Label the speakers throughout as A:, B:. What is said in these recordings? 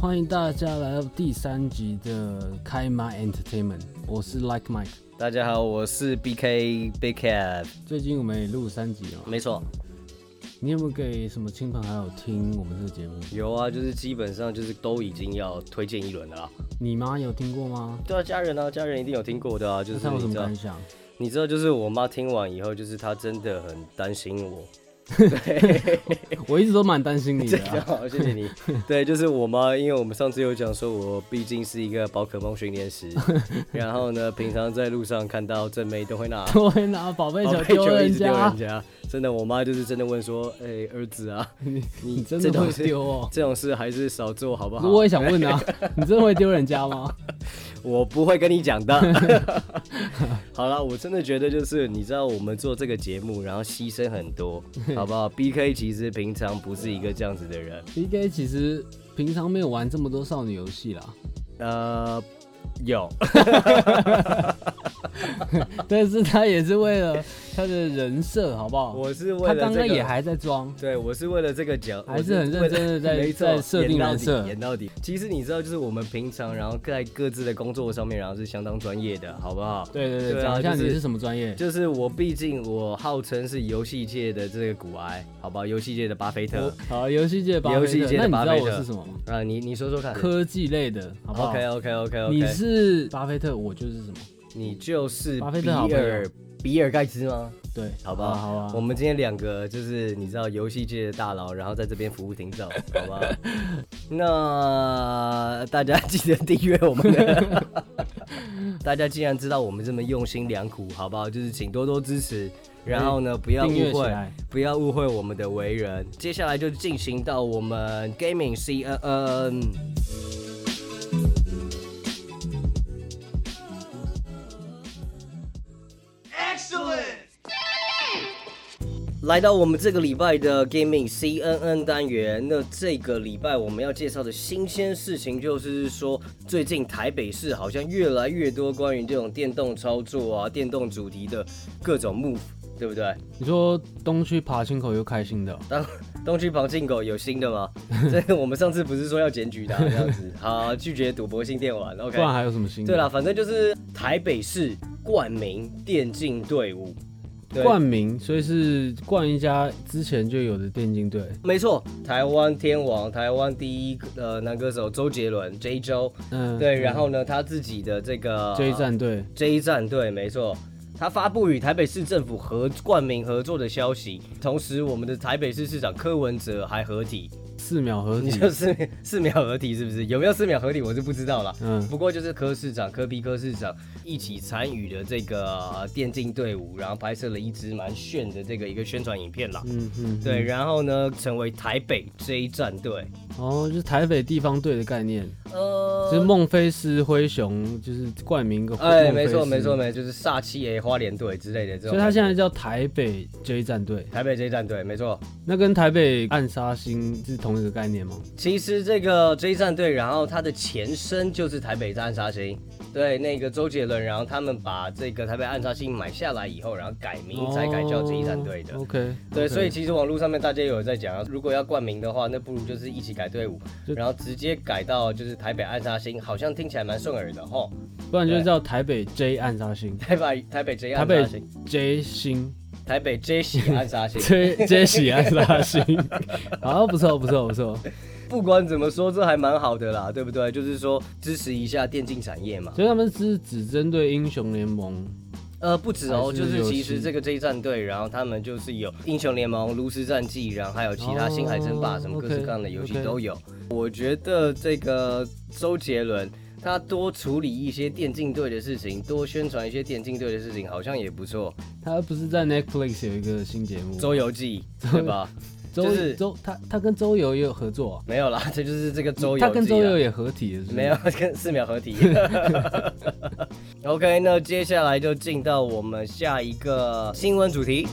A: 欢迎大家来到第三集的开麦 Entertainment，我是 Like Mike。
B: 大家好，我是 BK Big Cat，
A: 最近我们也录三集了嘛，
B: 没错，
A: 你有没有给什么亲朋好友听我们这个节目？
B: 有啊，就是基本上就是都已经要推荐一轮了啦。
A: 你妈有听过吗？
B: 对啊，家人啊，家人一定有听过的啊，就
A: 那
B: 是
A: 她有什
B: 你
A: 么
B: 知道
A: 感，想？
B: 你知道，就是我妈听完以后，就是她真的很担心 我。
A: 我一直都蛮担心你的 啊、
B: 好，谢 谢你。对，就是我妈，因为我们上次有讲说，我毕竟是一个宝可梦训 练师，然后呢，平常在路上看到正妹都 会拿
A: 都会拿啊宝贝球
B: 宝贝
A: 丢
B: 球一
A: 人
B: 直丢
A: 家
B: 人，家，真的，我妈就是真的问说，哎、儿子啊，
A: 你你
B: 你
A: 真
B: 这
A: 的会
B: 东西
A: 丢哦、
B: 这种事还是少做好不好？
A: 我也想问啊，你真的会丢人家吗？
B: 我不会跟你讲的。 好了，我真的觉得就是你知道我们做这个节目，然后牺牲很 多，好不好？B K 其实平常不是一个这样子的人，
A: B K 其实平常没有玩这么多少女游戏啦，
B: 呃，有
A: 哦但是他也是为了他的人设，好不好？
B: 我是为
A: 他
B: 了
A: 刚刚
B: 这个
A: 也还在装，
B: 对，我是为了这个角，
A: 还是很认真地在
B: 我是为了 没错
A: 在设定
B: 演到
A: 人
B: 底
A: 设
B: 演到底。其实你知道，就是我们平常然后在各自的工作上面，然后是相当专业的，好不好？
A: 对对对，
B: 对
A: 讲
B: 啊
A: 一下
B: 就
A: 你
B: 是
A: 是什么专业？
B: 就是我，毕竟我号称是游戏界的这个骨癌，好吧，游戏界的巴菲特。
A: 好，游戏界的巴
B: 游
A: 菲
B: 戏
A: 特，
B: 界
A: 那
B: 的
A: 你
B: 巴
A: 知道
B: 菲
A: 我
B: 特
A: 是什么吗？
B: 啊，你你说说看。
A: 科技类的，好不好
B: OK OK OK OK，
A: 你是巴菲特，我就是什么？
B: 你就是
A: 巴菲
B: 比
A: 特好朋友
B: 尔比尔盖茨吗？
A: 对，
B: 好
A: 吧，
B: 吧
A: 好啊吧，
B: 我们今天两个就是你知道游戏界的大佬，然后在这边服务听众，好不好？那大家记得订阅我们的。 大家既然知道我们这么用心良苦，好不好？就是请多多支持，然后呢，不要
A: 订阅
B: 误
A: 起
B: 会，
A: 来。
B: 不要误会我们的为人。接下来就进行到我们 Gaming C N N。来到我们这个礼拜的 Gaming CNN 单元，那这个礼拜我们要介绍的新鲜事情就是说，最近台北市好像越来越多关于这种电动操作啊、电动主题的各种 move，对不对？
A: 你说东区爬青口又开心的哦，
B: 当东区旁进狗有新的吗？ 这个我们上次不是说要检举 的、啊、这样子，好拒绝赌博性电玩
A: 不
B: ，OK？
A: 然还有什么新的？
B: 对啦，，反正就是台北市冠名电竞队伍，对
A: 冠名，所以是冠一家之前就有的电竞队。
B: 没错，台湾天王、台湾第一呃男歌手周杰伦 J 周，
A: 嗯，
B: 对，然后呢他自己的这个
A: 这一站队，
B: J 战队，没错。他发布与台北市政府合冠名合作的消息，同时我们的台北市市长柯文哲还合体，
A: 四秒合嗯
B: 你
A: 体，
B: 就四 四秒合体是不是？有没有四秒合体我是不知道啦。
A: 嗯，
B: 不过就是柯市长、柯比柯市长一起参与的这个呃电竞队伍，然后拍摄了一支蛮炫的这个一个宣传影片啦。
A: 嗯嗯，
B: 对，然后呢，成为台北 J 战队，
A: 哦，就是台北地方队的概念，
B: 呃
A: 就是孟菲斯灰熊，就是冠名一个。
B: 哎，没错没错。没错，就是煞气诶花莲队之类的这种感觉。
A: 所以他现在叫台北 J 战队，
B: 台北 J 战队，没错。
A: 那跟台北暗杀星是同一个概念吗？
B: 其实这个 J 战队，然后它的前身就是台北暗杀星，对，那个周杰伦，然后他们把这个台北暗杀星买下来以后，然后改名才改叫 J 战队的。
A: 哦 OK，
B: 对，
A: OK
B: 所以其实网络上面大家也有在讲啊，如果要冠名的话，那不如就是一起改队伍
A: 就，
B: 然后直接改到就是台北暗杀星，好像听起来蛮顺耳的吼。
A: 不然就叫台北 J 暗杀星
B: 台北台北 J
A: 台
B: 暗
A: 北
B: 杀星，
A: ，J 星
B: 台北 J 喜暗杀星。
A: ，J J 喜暗杀星，好，不错不错不错。
B: 不管怎么说，这还蛮好的啦，对 不对？就是说支持一下电竞产业嘛。
A: 所以他们是只针对英雄联盟，
B: 呃，不止
A: 还
B: 哦，
A: 是
B: 就是
A: 游戏
B: 其实这个 J 战队，然后他们就是有英雄联盟、炉石战记，然后还有其他星海争霸
A: 哦
B: 什么各
A: OK，
B: 式各样的游戏
A: OK
B: 都有。我觉得这个周杰伦。他多处理一些电竞队的事情，多宣传一些电竞队的事情，好像也不错。
A: 他不是在 Netflix 有一个新节目，
B: 周 游记，对吧？就
A: 周
B: 是
A: 周他他跟周游也有合作啊、
B: 没有啦，这就是这个周游记啦。
A: 他跟周游也合体了是不是
B: 没有，跟四秒合体。OK，那接下来就进到我们下一个新闻主题。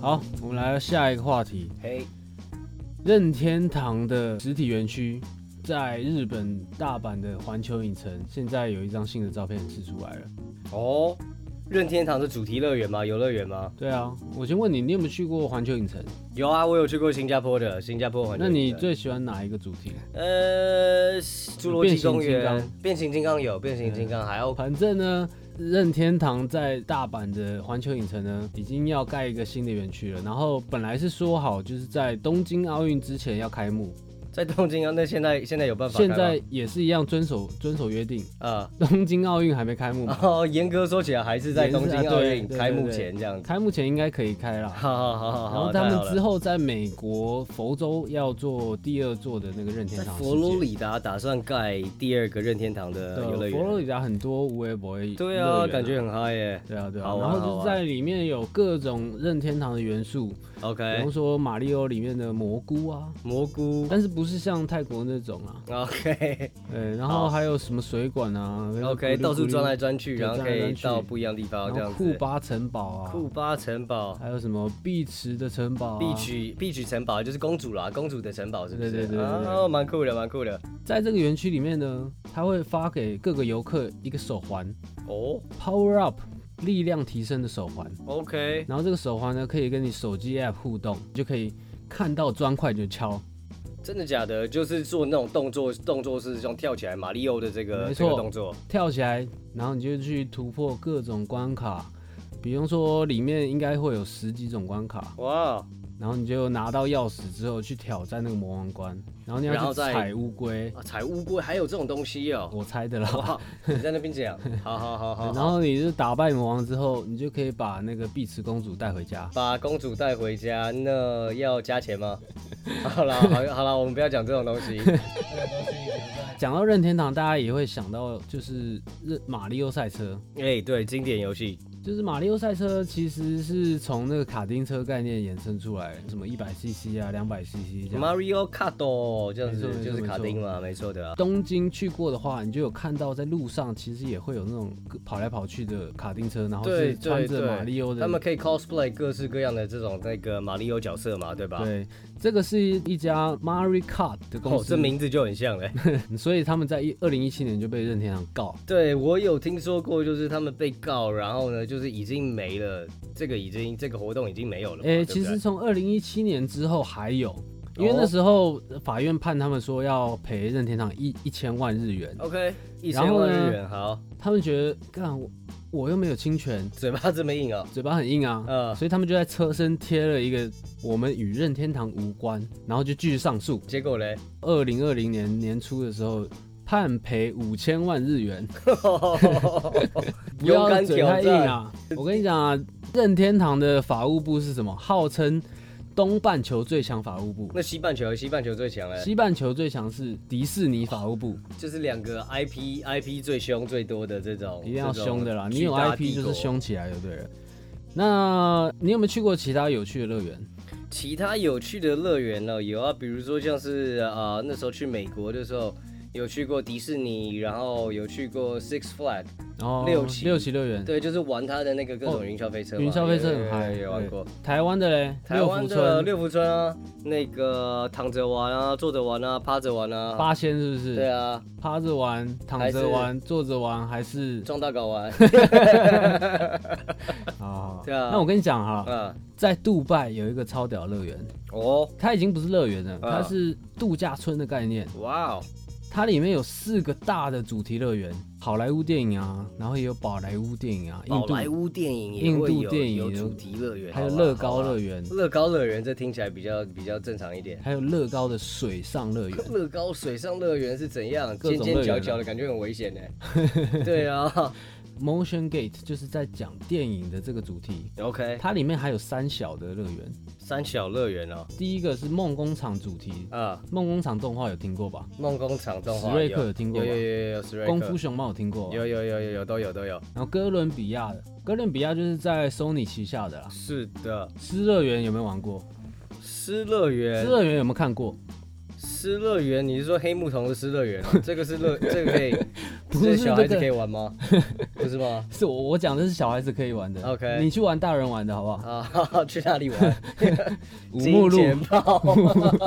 A: 好，我们来到下一个话题。
B: 嘿、
A: 任天堂的实体园区在日本大阪的环球影城，现在有一张新的照片释出来了。
B: 哦，任天堂的主题乐园吗？游乐园吗？
A: 对啊，我先问你，你有没有去过环球影城？
B: 有啊，我有去过新加坡的，新加坡环球
A: 那
B: 影城。
A: 你最喜欢哪一个主题？
B: 呃，侏罗
A: 变
B: 纪
A: 形
B: 公
A: 金
B: 园
A: 刚、嗯
B: 变形金刚有，变形金刚还 OK。
A: 反正呢，任天堂在大阪的环球影城呢，已经要盖一个新的园区了。然后本来是说好，就是在东京奥运之前要开幕，
B: 在东京啊，那现在现在有办法开
A: 现
B: 吗？
A: 在嗯也是一样遵守遵守约定，
B: 啊，
A: 东京奥运还没开幕嘛，
B: 哦，严格说起来还是在东京
A: 啊
B: 奥运开幕前这样子。
A: 开幕前应该可以开啦。
B: 好好好好
A: 然
B: 好，
A: 后他
B: 太好
A: 们
B: 了
A: 之后在美国佛州要做第二座的那个任天
B: 在
A: 堂世界，
B: 佛罗里达打算盖第二个任天堂的呃游乐
A: 对佛罗
B: 园。
A: 里达很多无为博乐
B: 对
A: 乐
B: 啊，
A: 园
B: 感觉很嗨耶。
A: 对啊对啊
B: 好，玩
A: 然后
B: 好
A: 就是
B: 玩
A: 在里面有各种任天堂的元素，比
B: OK，
A: 方说马里奥里面的蘑菇啊，
B: 蘑菇。
A: 但是不是像泰国那种啊，
B: OK
A: 对，然
B: 好
A: 后还有什么水管啊
B: OK，到处钻来，钻去，
A: 对
B: 然后
A: 钻
B: 可
A: 来
B: 以
A: 钻去
B: 到不一样地方
A: 然
B: 这
A: 后
B: 样
A: 库
B: 子。
A: 巴城堡啊，
B: 库巴城堡、
A: 还有什么碧池的城堡、啊，
B: 碧曲碧曲城堡就是公主啦，公主的城堡是不是？
A: 对对对对对
B: 哦，蛮酷的，蛮酷的。
A: 在这个园区里面呢，它会发给各个游客一个手环
B: 哦
A: ，Power Up 力量提升的手环，
B: ，OK，
A: 然后这个手环呢可以跟你手机 App 互动，你就可以看到砖块就敲，
B: 真的假的？就是做那种动作，动作是像跳起来马里奥的这个
A: 没
B: 这个
A: 错
B: 动作。
A: 跳起来，然后你就去突破各种关卡。比方说，里面应该会有十几种关卡，
B: 哇，
A: 然后你就拿到钥匙之后去挑战那个魔王关，然后你
B: 然
A: 要
B: 后
A: 去
B: 再
A: 踩乌龟，
B: 啊踩乌龟还有这种东 西哦！
A: 我猜的啦。
B: 哇，你在那边讲，好好好好
A: 然
B: 好，
A: 后你就打败魔王之后，你就可以把那个碧池公主带回家。
B: 把公主带回家，那要加 钱吗？好啦，好好啦，我们不要讲这种东西。
A: 讲到任天堂，大家也会想到就是任马里奥赛车，
B: 哎，对，经典游戏，
A: 就是马里奥赛车其实是从那个卡丁车概念衍生出来，什么一百 CC 啊、两百 CC 这样。
B: Mario Kart 哦这样
A: 没错
B: 子
A: 没错
B: 就是卡
A: 没错
B: 丁嘛，没错的啊。
A: 东京去过的话，你就有看到在路上其实也会有那种跑来跑去的卡丁车，然后
B: 对
A: 是
B: 对
A: 穿
B: 对，
A: 着马里奥的。
B: 他们可以 cosplay 各式各样的这种那个马里奥角色嘛，对吧？
A: 对，这个是一家 Mario Kart 的公
B: 哦，
A: 司，
B: 这名字就很像 嘞。
A: 所以他们在一二零一七年就被任天堂告。
B: 对我有听说过，就是他们被告，然后呢，就是已经没了，这个已经这个活动已经没有了嘛。
A: 诶、
B: 对不对
A: 哎其实从二零一七年之后还有，因为
B: 哦
A: 那时候法院判他们说要赔任天堂一一千万日元，
B: 哦 OK，一
A: 然
B: 千
A: 后
B: 万
A: 呢
B: 日元，好，
A: 他们觉得干我我又没有侵权，
B: 嘴巴这么硬哦。
A: 嘴巴很硬啊，
B: 嗯
A: 所以他们就在车身贴了一个我们与任天堂无关，然后就继续上诉。
B: 结果嘞，
A: 二零二零年年初的时候。判赔五千万日 元，不
B: 勇
A: 要
B: 敢
A: 嘴
B: 挑
A: 太硬
B: 战，
A: 啊！我跟你讲啊，任天堂的法务部是什么？号称东半球最强法务部。
B: 那西半球，西半球最强嘞，
A: 西半球最强是迪士尼法务部，
B: 就是两个 IP IP 最凶最多的这种，
A: 一定要
B: 哦这种
A: 凶的啦！你
B: 巨
A: 有
B: 大
A: IP
B: 帝
A: 就是
B: 国。
A: 凶起来就对了。那你有没有去过其他有趣的乐园？
B: 其他有趣的乐园呢、有啊，比如说像是啊、呃那时候去美国的时候，有去过迪士尼，然后有去过 Six Flag，
A: 然后
B: 六
A: 哦
B: 旗
A: 六旗乐园，
B: 对，就是玩它的那个各种云霄飞车嘛、
A: 云霄飞车
B: 有有
A: 很嗨，
B: 有有玩
A: 对
B: 过。
A: 台湾的嘞，
B: 台
A: 六
B: 湾
A: 福
B: 的
A: 村、
B: 六福村啊，那个躺着玩啊，坐着玩啊，趴着玩啊，
A: 八仙是不是？
B: 对，啊，
A: 趴着玩、躺着玩、坐着玩还是
B: 撞大睾丸，
A: 啊？
B: 对啊
A: 那我跟你讲哈，
B: 啊，
A: 在杜拜有一个超屌乐园，
B: 哦，
A: 它已经不是乐园了，
B: 啊
A: 它是度假村的概念。
B: 哇哦，
A: 它里面有四个大的主题乐园，好莱坞电影啊，然后也有宝莱坞电影啊，印
B: 宝
A: 度
B: 莱坞电影也
A: 印
B: 会
A: 度
B: 有
A: 电影
B: 有
A: 有
B: 主题乐园，
A: 还有
B: 好吧
A: 乐高乐，
B: 好
A: 园
B: 吧，乐高乐园这听起来比较比较正常一 点。
A: 还有乐高的水上乐园。
B: 乐高水上乐园是怎样？
A: 各
B: 尖
A: 种
B: 尖角
A: 乐园啊
B: 角的感觉很危险呢。 对啊
A: Motion Gate 就是在讲电影的这个主题，
B: ，OK，
A: 它里面还有三小的乐园。
B: 三小乐园哦，
A: 第一个是梦工厂主题，
B: 啊，
A: 梦工厂动画有听过吧？
B: 梦工厂动画，
A: 史瑞克有听过吗
B: 有有有有有史瑞克，
A: 功夫啊熊猫有听过吧？
B: 有有有有有都有都有，
A: 然后哥伦比亚的，哥伦比亚就是在 Sony 旗下的啦。
B: 是的，
A: 狮乐园有没有玩过？
B: 狮乐
A: 狮
B: 园，
A: 乐园有没有看过？
B: 狮乐园，你是说黑木瞳的狮乐园 哦？这个是乐，这个可以，
A: 不
B: 这
A: 是
B: 小孩
A: 这
B: 子
A: 个
B: 可以 玩吗？不是吗？
A: 是我我讲的是小孩子可以玩的
B: OK
A: 你去玩大人玩的好不好？
B: 啊， 哈哈去哪里玩？
A: 五目路
B: 金钱豹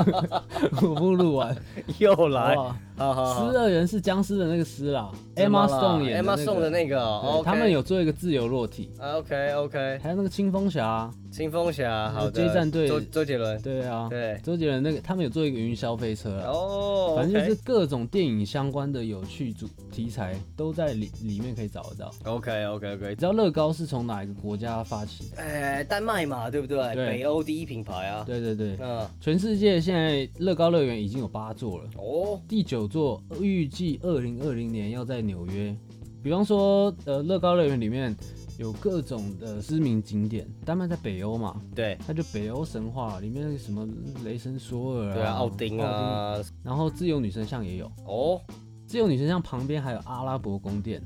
A: 五目路玩，
B: 又来
A: 好不，好
B: 哦好好好
A: 诗二人是僵尸的那个诗啦
B: 怎么
A: ，Emma
B: 啦
A: Stone 演
B: Emma
A: 的那
B: Stone 的
A: 个
B: 那个
A: 对
B: 哦，
A: 他们有做一个自由落体，
B: OK OK，
A: 还有那个青蜂侠啊，
B: 清风侠，好的，
A: 街战队
B: 周周杰伦，
A: 对啊，
B: 对，
A: 周杰伦那个他们有做一个云霄飞车啊，
B: 哦，
A: 反正就是各种电影相关的有趣主题材都在里里面可以找得到。
B: OK OK OK，
A: 你知道乐高是从哪一个国家发起的？
B: 哎，丹麦嘛，对不对？
A: 对
B: 北欧第一品牌啊，
A: 对对对，
B: 嗯，
A: 全世界现在乐高乐园已经有八座了，
B: 哦，
A: 第九座预计二零二零年要在纽约。比方说，呃，乐高乐园里面有各种的知名景点，丹麦在北欧嘛，
B: 对
A: 它就北欧神话里面什么雷神索尔啊，
B: 对啊，奥丁啊，
A: 丁，然后自由女神像也有，
B: 哦，
A: 自由女神像旁边还有阿拉伯宫殿，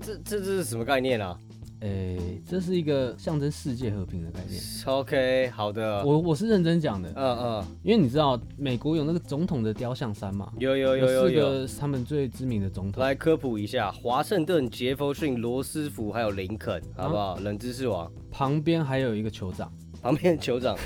B: 这这这是什么概念啊
A: 诶、这是一个象征世界和平的概念。
B: ？OK，好的，
A: 我我是认真讲的，
B: 嗯嗯，
A: 因为你知道美国有那个总统的雕像山嘛，
B: 有有有有
A: 四
B: 有。
A: 个他们最知名的总统。
B: 来科普一下，华盛顿、杰佛逊、罗斯福还有林肯，好不
A: 啊
B: 好？冷知识王
A: 旁边还有一个酋长，
B: 旁边的 酋长，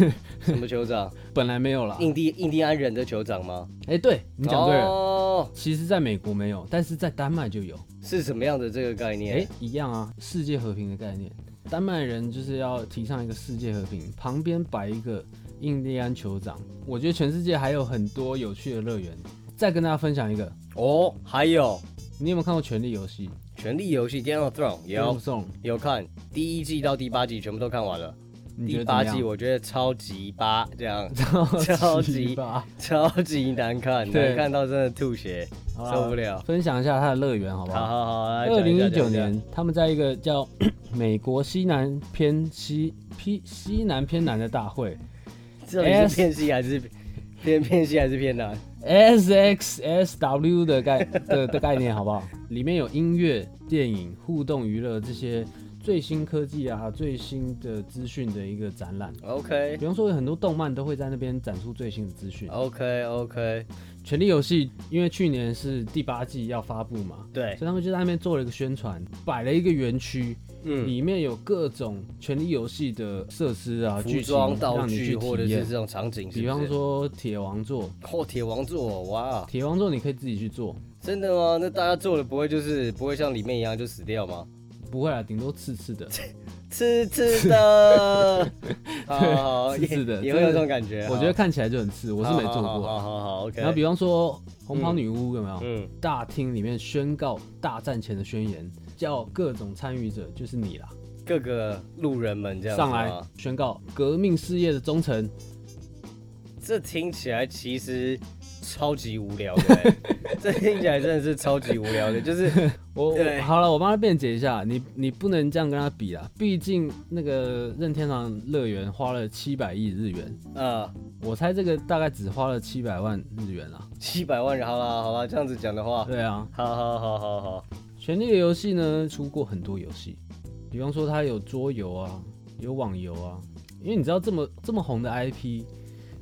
B: 什么酋长？
A: 本来没有啦。
B: 印第印第安人的酋长吗？
A: 哎、对你讲对了。
B: 嗯哦，
A: 其实，在美国没有，但是在丹麦就有。
B: 是什么样的这个概
A: 哎、
B: 念？
A: 一样啊，世界和平的概念。丹麦人就是要提倡一个世界和平，旁边摆一个印第安酋长。我觉得全世界还有很多有趣的乐园。再跟大家分享一个，
B: 哦，还有
A: 你有没有看过《权力游戏》
B: 《权力游戏》（Game of Thrones）
A: Game
B: 有
A: of Thrones，
B: 有看第一季到第八季全部都看完了，
A: 你觉得
B: 第
A: 怎么
B: 八季
A: 样？
B: 我觉得超级八，这样
A: 超
B: 超
A: 级
B: 级
A: 吧，
B: 超级难看，
A: 对
B: 难看到真的吐血，
A: 好啦
B: 受不了。
A: 分享一下他的乐园好不好？
B: 好好好，来
A: 二零一九，
B: 讲下
A: 年，他们在一个叫 美国西南偏西 偏西南偏南的大会
B: 讲一下这
A: S-
B: 里是偏西 还是偏偏西还是偏南？
A: （SXSW） 的概的的概念好不好？ 里面有音乐、电影、互动娱乐这些最新科技啊、最新的资讯的一个展览。
B: OK
A: 比方说，有很多动漫都会在那边展出最新的资讯。
B: OK OK，
A: 《权力游戏》因为去年是第八季要发布嘛，
B: 对，
A: 所以他们就在那边做了一个宣传，摆了一个园区，
B: 嗯，
A: 里面有各种权力游戏的设施啊、
B: 服
A: 剧
B: 装
A: 情，
B: 道
A: 让你
B: 具
A: 去
B: 或者
A: 体
B: 是
A: 验
B: 这。种场景是不是，
A: 比方说铁王座，
B: 哦，铁王座，哇，哦
A: 铁王座你可以自己去做，
B: 真的吗？那大家做了不会就是不会像里面一样就死掉吗？
A: 不会啊，顶多刺刺的。
B: 吃 吃的，好好好
A: 吃吃的
B: 也也会有这种感觉。
A: 我觉得看起来就很刺，我
B: 我
A: 是没做
B: 啊好好
A: 过。
B: 好好，OK。
A: 然后比方说红袍女巫有没有？
B: 嗯，
A: 大厅里面宣告大战前的宣言，叫各种参与者，就是你啦，
B: 各个路人们这样子啊
A: 上来
B: 吗
A: 宣告革命事业的忠诚。
B: 这听起来其实超级无聊的 欸，这听起来真的是超级无聊的，就是
A: 我
B: 对
A: 我好了，我帮他辩解一下，你你不能这样跟他比啦，毕竟那个任天堂乐园花了七百亿日元，
B: 啊，
A: 我猜这个大概只花了七百万日元啦。
B: 七百万人，好啦好啦，这样子讲的话，
A: 对啊，
B: 好好好好好，
A: 《权力的游戏》呢出过很多游戏，比方说它有桌游啊，有网游啊，因为你知道这么这么红的 IP，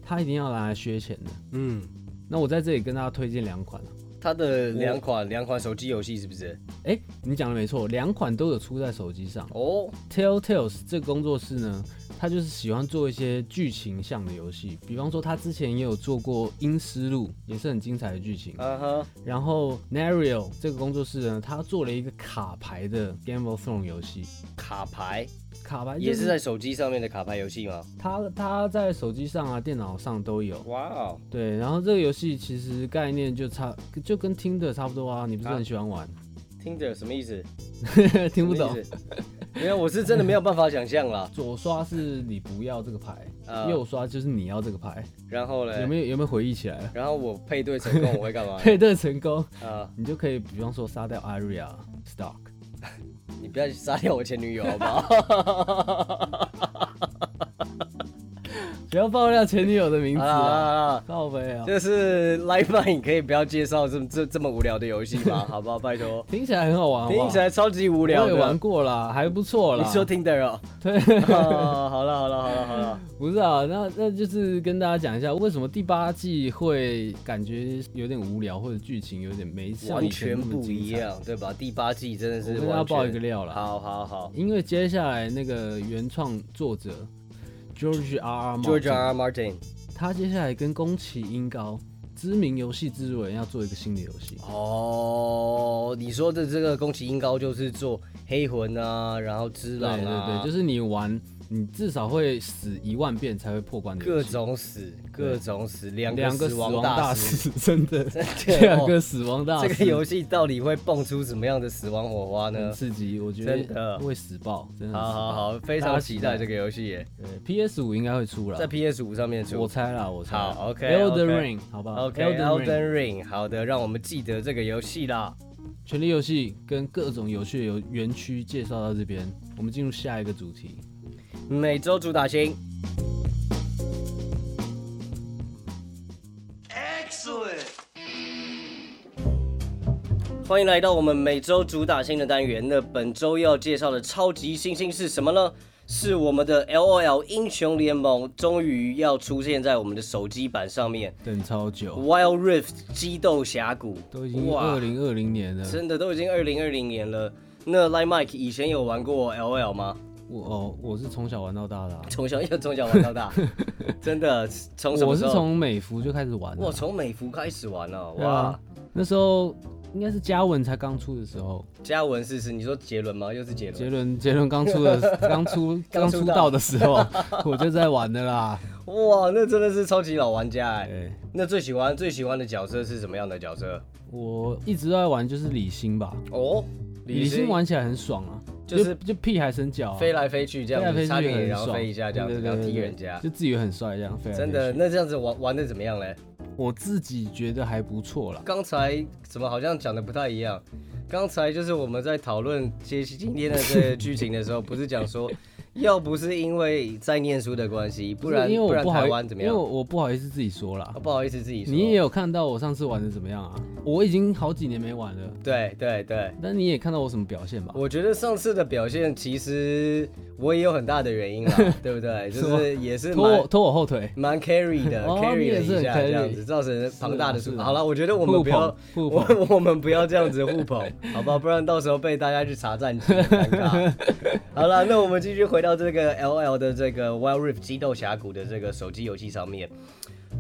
A: 它一定要拿来削钱的。
B: 嗯，
A: 那我在这里跟大家推荐两款啊。
B: 它的两款两款手机游戏是不是？
A: 哎，你讲的没错，两款都有出在手机上。
B: 哦，
A: Telltales 这个工作室呢，它就是喜欢做一些剧情向的游戏，比方说它之前也有做过《阴尸路》，也是很精彩的剧情。
B: 啊哈，
A: 然后 Nario 这个工作室呢，它做了一个卡牌的 Game of Thrones 游戏，
B: 卡牌
A: 卡牌、就是、
B: 也是在手机上面的卡牌游戏吗？
A: 它它在手机上啊、电脑上都有。
B: 哇哦，
A: 对，然后这个游戏其实概念就差，就跟听的差不多啊。你不是很喜欢玩？
B: 听着什么意思？
A: 听不懂
B: 什么。意思。没有，我是真的没有办法想象 啦。
A: 左刷是你不要这个牌，
B: 啊
A: 右刷就是你要这个牌。
B: 然后嘞，
A: 有没有有没有回忆起来了？
B: 然后我配对成功，我会干 嘛？
A: 配对成功，
B: 啊，
A: 你就可以比方说杀掉 Aria Stark。
B: 你不要杀掉我前女友好不 好？
A: 不要爆料前女友的名字
B: 好啦好
A: 啊！
B: 啦好啦
A: 靠背啊，
B: 就是 Live Line，你可以不要介绍这么这这么无聊的游戏 吗？好不好？拜托，
A: 听起来很好玩好不好
B: 听起来超级无聊
A: 我也玩
B: 的。
A: 过啦，还不错
B: 你
A: 啦。
B: 说听的哦？
A: 对，
B: 哦好了好了好了好了，
A: 不是啊，那那就是跟大家讲一下，为什么第八季会感觉有点无聊，或者剧情有点没像
B: 完
A: 以前
B: 全
A: 那么
B: 不
A: 精
B: 一
A: 彩。
B: 样，对吧？第八季真的
A: 我
B: 是
A: 跟大家
B: 完全
A: 爆一个料啦
B: 好好好
A: 因为接下来那个原创作者 George R R Martin，
B: ，George R. R. Martin，
A: 他接下来跟宫崎英高、知名游戏制作人要做一个新的游戏，
B: 哦，你说的这个宫崎英高就是做黑魂啊，然后之
A: 对
B: 狼
A: 对
B: 啊，
A: 对，就是你玩，你至少会死一万遍才会破关的游
B: 各
A: 戏
B: 种死，各种死，两
A: 两个
B: 死
A: 死亡
B: 大
A: 大
B: 师。
A: 师，真 的
B: 的
A: 两
B: 哦
A: 个死亡大
B: 这
A: 师，
B: 个游戏到底会蹦出怎么样的死亡火花
A: 很
B: 呢？
A: 刺激，我觉
B: 真的
A: 得会死爆，真的很
B: 好
A: 死
B: 好
A: 爆。
B: 好，非
A: 大
B: 常
A: 家
B: 期
A: 期待
B: 待这个游戏耶，
A: 对，PS 五应该会出了
B: 在，PS 五上面出
A: 我。猜啦，我猜啦。
B: 好，OK，
A: Elden
B: OK
A: Ring，好吧 Ring，
B: OK，Elden Ring，好的，让我们记得这个游戏啦。
A: 权力游戏跟各种有趣的游园区介绍到这边，我们进入下一个主题。
B: 每周主打星，欢迎来到我们每周主打星的单元。那本周要介绍的超级新星是什么呢？是我们的 LOL 英雄联盟终于要出现在我们的手机版上面
A: 等超久，
B: ，Wild Rift 激斗峡谷
A: 哦都已经二零二零年了。
B: 真的都已经二零二零年了。那 Line Mike 以前有玩过 LOL 吗？
A: 我哦，我是从小玩到大的啊、
B: 从小又从小玩 到大，真的从什么
A: 我
B: 时
A: 是
B: 候？
A: 从美服就开始玩的、
B: 哇，从美服开始玩哦，
A: 对
B: 哇
A: 啊，，那时候应该是嘉文才刚出的时候，
B: 嘉文试试，你说杰伦吗？又是杰
A: 杰
B: 伦，
A: 伦杰伦刚出 的刚出
B: 刚
A: 刚
B: 出道
A: 出道的时 候，我就在玩的啦。
B: 哇，那真的是超级老玩家哎。
A: 对，
B: 那最喜欢最喜欢的角色是什么样的角色？
A: 我一直都在玩就是李欣吧，
B: 哦，
A: 李欣玩起来很爽啊，
B: 就是
A: 就屁孩神脚、啊，
B: 飞来飞去这
A: 飞来
B: 样
A: 飞
B: 子，
A: 去
B: 差
A: 很
B: 点
A: 爽
B: 然后飞一下这样子，
A: 对对
B: 然后
A: 对
B: 踢
A: 对
B: 人家，
A: 就自己也很帅这样飞来飞
B: 真
A: 去。
B: 的。那这样子玩玩的怎么样嘞？
A: 我自己觉得还不错啦。
B: 刚才怎么好像讲的不太一样？刚才就是我们在讨论接今天的这个剧情的时候，不是讲说，要不是因为在念书的关系，不然
A: 因为我
B: 然
A: 不好
B: 台
A: 意
B: 湾怎么
A: 因为
B: 样？
A: 我我不好意思自己说啦
B: 啊。不好意思自己说，
A: 你也有看到我上次玩的怎么样啊？我已经好几年没玩了，
B: 对对对，
A: 但你也看到我什么表现吧？
B: 我觉得上次的表现其实我也有很大的 原因啦，对不对？就是也是
A: 拖
B: 蛮
A: 我拖我后腿，
B: 蛮 carry 的、
A: 哦
B: carry 了
A: 你也是
B: 一
A: 很
B: 下这样
A: carry
B: 子，造成庞大的
A: 是啊
B: 数。
A: 是啊
B: 好了，我觉得我
A: 互
B: 们
A: 捧
B: 不要
A: 互
B: 我
A: 捧。
B: 我 们不要这样子互捧，好吧？不然到时候被大家去查战绩，很尴尬。好了，那我们继续回到这个 L L 的这个 Wild Rift 激斗峡谷的这个手机游戏上面，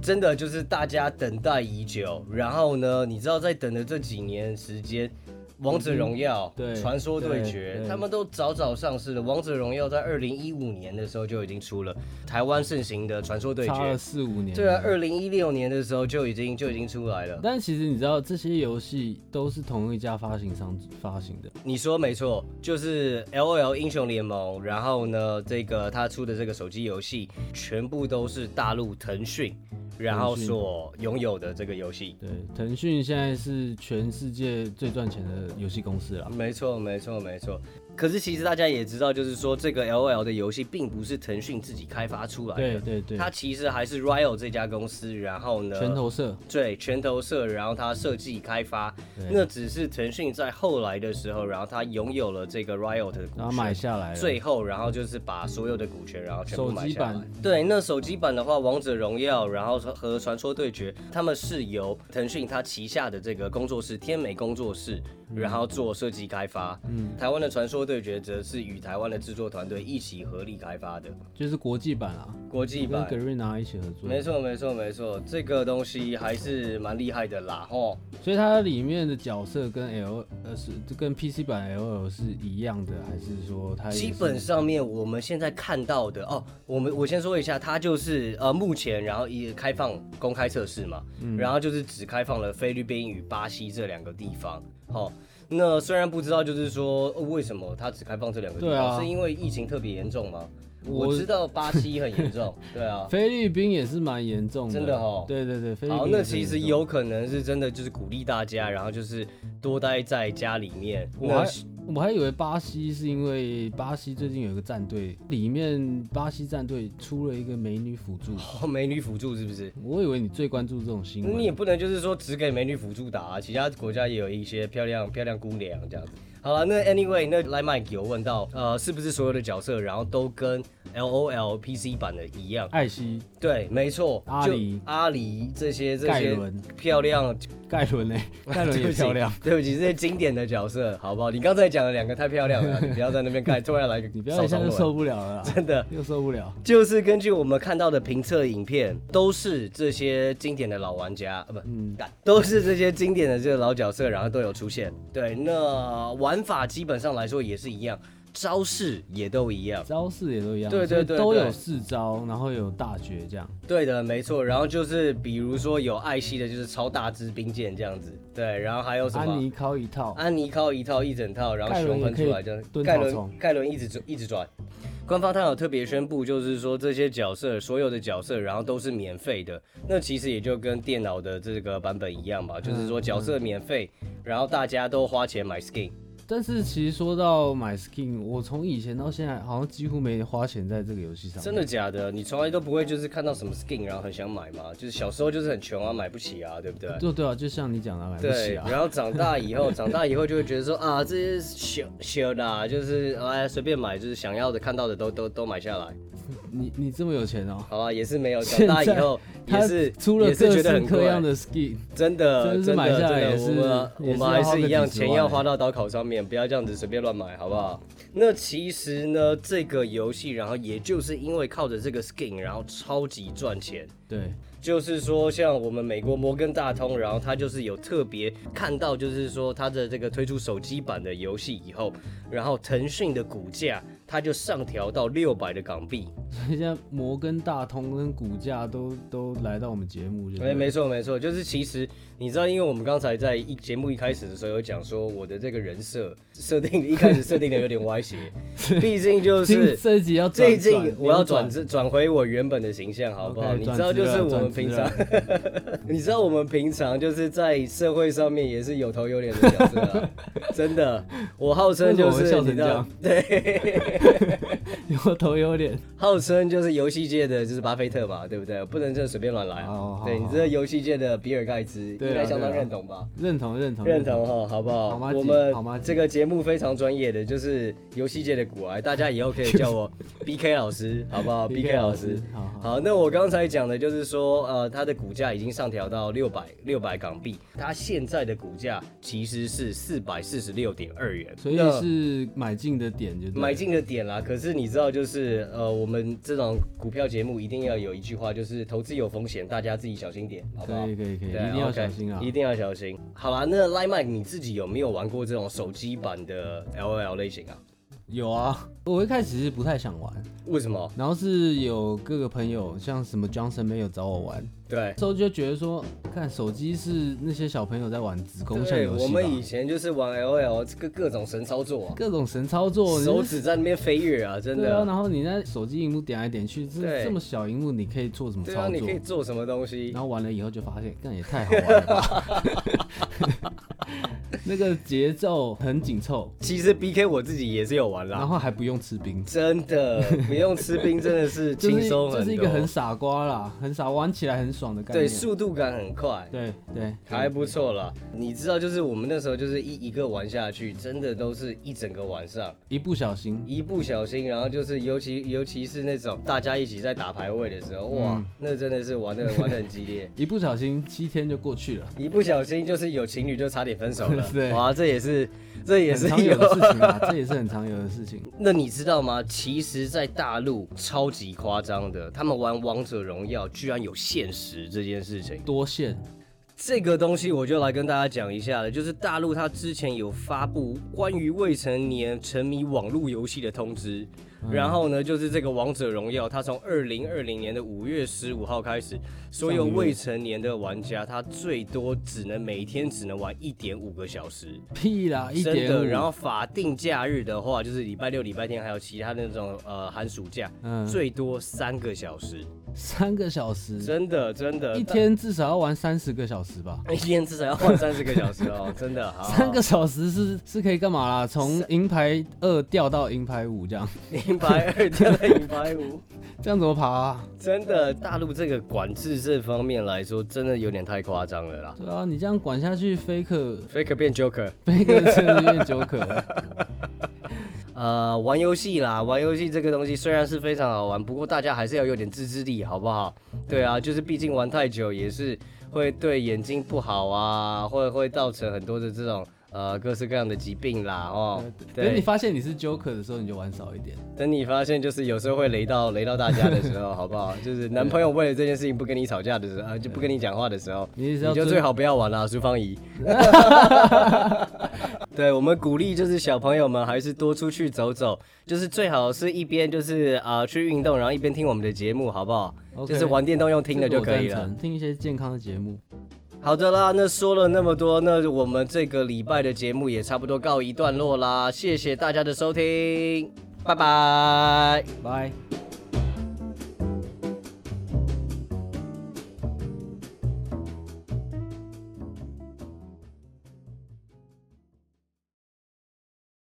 B: 真的就是大家等待已久。然后呢，你知道在等的这几年时间。王者荣耀、
A: 对
B: 传说对
A: 对
B: 决，
A: 对
B: 他们都早早上市了。王者荣耀在二零一五年的时候就已经出了，台湾盛行的传说对
A: 差了
B: 决，
A: 四五年。
B: 对啊，二零一六年的时候就已经就已经出来了。
A: 但其实你知道，这些游戏都是同一家发行商发行的。
B: 你说没错，就是 L O L 英雄联盟，然后呢，这个他出的这个手机游戏，全部都是大陆腾讯，然后所拥有的这个游戏。
A: 对，腾讯现在是全世界最赚钱的游戏公司啦。
B: 没错，没错，没错。可是其实大家也知道，就是说这个 L O L 的游戏并不是腾讯自己开发出来
A: 对
B: 的，
A: 对对，
B: 它其实还是 Riot 这家公司，然后呢，
A: 拳头社。
B: 对拳头社，然后它设计开发，
A: 对
B: 那只是腾讯在后来的时候，然后它拥有了这个 Riot 的股
A: 然后
B: 权
A: 买下来了。
B: 最后，然后就是把所有的股权，然后全部买下来
A: 手机版。
B: 对，那手机版的话，《王者荣耀》，然后和《传说对决》，他们是由腾讯它旗下的这个工作室天美工作室，然后做设计开发。嗯，台湾的《传说对决》则是与台湾的制作团队一起合力开发的
A: 就是国际版啦，
B: 国际
A: 跟
B: 版。
A: Garena 一起合作。
B: 没错，没错，没错，这个东西还是蛮厉害的啦，吼。
A: 所以它里面的角色跟 L 呃是跟 PC 版 L L 是一样的，还是说它也是
B: 基本上面我们现在看到的哦，我们我先说一下，它就是呃目前然后也开放公开测试嘛，
A: 嗯
B: 然后就是只开放了菲律宾与巴西这两个地方。好、那虽然不知道就是说、呃为什么它只开放这两个地
A: 对
B: 方，
A: 啊
B: 是因为疫情特别严重吗？我
A: 我
B: 知道巴西很 严重，对啊。
A: 菲律宾也是蛮严重的，
B: 真的哦
A: 对对对，菲律宾
B: 好，
A: 也
B: 那
A: 是
B: 其实
A: 严重
B: 有可能是真的，就是鼓励大家，然后就是多待在家里面。
A: 我还
B: 那
A: 我还以为巴西是因为巴西最近有一个战队，里面巴西战队出了一个美女辅助，
B: 哦，美女辅助是不是？
A: 我以为你最关注这种新闻，
B: 你也不能就是说只给美女辅助打、啊，其他国家也有一些漂亮漂亮姑娘这样子。好了，那 anyway，那 Line Mike 有问到，呃，是不是所有的角色然后都跟 L O L P C 版的一样。
A: 艾希、
B: 对，没错，
A: 阿
B: 就
A: 里
B: 阿里这些这
A: 盖
B: 些
A: 伦
B: 漂亮，
A: 盖伦欸 呢？ 盖伦也漂亮。
B: 对不起，对不起，这些经典的角色，好不好？你刚才讲的两个太漂亮了，你不要在 那边盖，突然来个
A: 你不要
B: 少
A: 一下
B: 中
A: 就
B: 文
A: 受不了了 啦，
B: 真的。
A: 又受不了。
B: 就是根据我们看到的评测影片，都是这些经典的老玩家，啊不，
A: 嗯
B: 干都是这些经典的这个老角色，然后都有出现。对，那玩法基本上来说也是一样，招式也都一样。
A: 招式也都一样，
B: 对对
A: 所以
B: 对
A: 都
B: 对
A: 有四招，然后有大绝这样。
B: 对的，没错。然后就是比如说有艾希的，就是超大支冰剑这样子。对，然后还有什么？
A: 安妮考一套，
B: 安妮靠一套一整套，然后
A: 盖伦
B: 熊
A: 也
B: 喷
A: 可以
B: 出来就
A: 蹲
B: 盖
A: 草
B: 伦
A: 丛
B: 盖伦一直转一直转。官方他有特别宣布，就是说这些角色所有的角色，然后都是免费的。那其实也就跟电脑的这个版本一样吧，就是
A: 嗯
B: 说角色免费，然后大家都花钱买 skin。
A: 但是其实说到买 skin，我从以前到现在好像几乎没花钱在这个游戏上面。
B: 真的假的？你从来都不会就是看到什么 skin 然后很想买吗？就是小时候就是很穷啊，买不起啊，对不对？
A: 就对啊，就像你讲的，买不
B: 对，
A: 起啊。
B: 然后长大以后，长大以后就会觉得说啊，这些小小的、啊，就是哎随便买，就是想要的、看到的都都都买下来。
A: 你你这么有钱哦、
B: 好啊，也是没有。长
A: 现
B: 大
A: 在
B: 以后也
A: 他
B: 是
A: 出了
B: 也是
A: 各
B: 觉得
A: 式
B: 很
A: 各
B: 贵
A: 样，的 skin，
B: 真的
A: 真是
B: 真
A: 买
B: 的
A: 下来
B: 真的
A: 也
B: 我们
A: 是也是要
B: 啊我们还
A: 花
B: 是
A: 个
B: 一样，
A: 几十
B: 钱
A: 万
B: 要
A: 欸
B: 花到刀口上面，不要这样子随便乱买，好不好？那其实呢，这个游戏然后也就是因为靠着这个 skin，然后超级赚钱。
A: 对，
B: 就是说，像我们美国摩根大通，然后他就是有特别看到，就是说他的这个推出手机版的游戏以后，然后腾讯的股价它就上调到六百的港币。
A: 所以现在摩根大通跟股价都都来到我们节目，就
B: 哎，
A: 是
B: 没错没错，就是其实你知道，因为我们刚才在一节目一开始的时候有讲说，我的这个人设设定一开始设定的有点 歪斜，毕竟就
A: 听
B: 是
A: 这一集要转
B: 最近
A: 转
B: 我要
A: 扭
B: 转转回我原本的形象，好不好
A: OK，
B: 你知道，
A: 转
B: 就
A: 职
B: 是
A: 了
B: 我们
A: 转职
B: 平常， 你知道我们平常就是在社会上面也是有头有脸的角色、啊，真的。我号称就
A: 为
B: 是
A: 什么
B: 你
A: 会
B: 知
A: 笑
B: 道
A: 成，
B: 对，
A: 有头有脸，
B: 号称就是游戏界的就是巴菲特嘛，对不对？不能这随便乱来
A: 好
B: 啊。
A: 哦好
B: 对你
A: 好
B: 这游戏界的比尔盖茨，应
A: 对啊
B: 该相当
A: 对啊
B: 认同吧？
A: 认同认同
B: 认同哈，好不好？
A: 好吗
B: 我
A: 姐
B: 们
A: 好吗姐
B: 这个节目非常专业的，就是游戏界的古癌， 大家以后可以叫我 B K 老师，好 不好
A: BK
B: ？B K 老
A: 老
B: 师
A: 师，好好
B: 好。那我刚才讲的就是说，呃，它的股价已经上调到六百六百港币，它现在的股价其实是四百四十六点二元，
A: 所以
B: 那
A: 是买进的点就对了
B: 买进的点啦。可是你知道，就是呃，我们这种股票节目一定要有一句话，就是投资有风险，大家自己小心点，好不好
A: 可？以可以可以，一
B: 对
A: 定要
B: OK，
A: 小心啊！
B: 一定要小心。好啦，那 Line Mike 你自己有没有玩过这种手机版的 LOL 类型啊？
A: 有啊，我一开始是不太想玩，
B: 为什么？
A: 然后是有各个朋友，像什么 Johnson 没有找我玩，
B: 对
A: 那，时候就觉得说，看手机是那些小朋友在玩子宫像
B: 对，
A: 游
B: 我
A: 戏
B: 们以
A: 吧，
B: 前就是玩 LOL 这个各种神操作啊，
A: 各种神操作，你
B: 手
A: 就是
B: 指在那边飞跃啊，真
A: 对啊，
B: 的。
A: 然后你在手机荧幕点来点去，
B: 对
A: 这这么小荧幕你可以做什么
B: 对
A: 操
B: 啊，你
A: 作
B: 可？以做什么东西
A: 然？后玩了以后就发现，那也太好玩了吧！ 那个节奏很紧凑，
B: 其实 BK 我自己也是有玩
A: 然
B: 啦，
A: 后还不用吃冰，
B: 真的 不用吃冰，真的是
A: 就是
B: 轻松
A: 就
B: 很
A: 是一个很
B: 多。
A: 傻瓜啦，很傻，玩起来很爽的概
B: 对，
A: 念。
B: 速度感很快。
A: 对对
B: 还不错啦，你知道，就是我们那时候就是一一个玩下去，真的都是一整个晚上。
A: 一不小心，
B: 一不小心，然后就是尤其尤其是那种大家一起在打排位的时候，
A: 嗯
B: 哇，那真的是玩的玩的很 激烈。
A: 一不小心，七天就过去了，，
B: 一不小心就是有情侣就差点分手了
A: 对
B: 哇，这也是这也是
A: 很常有的
B: 有。
A: 事情啊，这也是很常有的事情。
B: 那你知道吗？其实，在大陆超级夸张的，他们玩王者荣耀居然有限时这件事情。
A: 多线，
B: 这个东西我就来跟大家讲一下了，就是大陆它之前有发布关于未成年沉迷网络游戏的通知，
A: 嗯
B: 然后呢，就是这个《王者荣耀》，它从二零二零年的五月十五号开始，所有未成年的玩家，他最多只能每天只能玩一点五个小时。
A: 屁啦，啊一
B: 真
A: 点
B: 的，
A: 五，
B: 然后法定假日的话，就是礼拜六、礼拜天，还有其他的那种呃寒暑假，
A: 嗯
B: 最多三个小时。
A: 三个小时，
B: 真的，真的，
A: 一天至少要玩三十个小时吧。
B: 一天至少要玩三十个小时哦，真的。好
A: 三个小时是是可以干嘛啦？从银牌二掉到银牌五 这样，
B: 银牌二 掉到银牌五，
A: 这样怎么爬、啊？
B: 真的，大陆这个管制这方面来说，真的有点太夸张了啦。
A: 对啊，你这样管下去，Faker
B: Faker 变 Joker，
A: Faker 真的有点久可了。
B: 呃，玩游戏啦，玩游戏这个东西虽然是非常好玩，不过大家还是要有点自制力，好不好？对啊，就是毕竟玩太久也是会对眼睛不好啊，会会造成很多的这种呃各式各样的疾病啦，哦。
A: 等你发现你是 Joker 的时候，你就玩少一点。
B: 等你发现就是有时候会雷到雷到大家的时候，好不好？就是男朋友为了这件事情不跟你吵架的时候，呃就不跟你讲话的时候，
A: 你
B: 你
A: 是要
B: 就
A: 尊
B: 最好不要玩啊了，苏 芳怡。对我们鼓励就是小朋友们还是多出去走走，就是最好是一边就是啊、呃去运动，然后一边听我们的节目，好不好
A: OK
B: 就是玩电动用听的
A: 这个
B: 就
A: 我
B: 可以
A: 赞
B: 了
A: 成。听一些健康的节目。
B: 好的啦，那说了那么多，那我们这个礼拜的节目也差不多告一段落啦，谢谢大家的收听，拜拜。
A: 拜。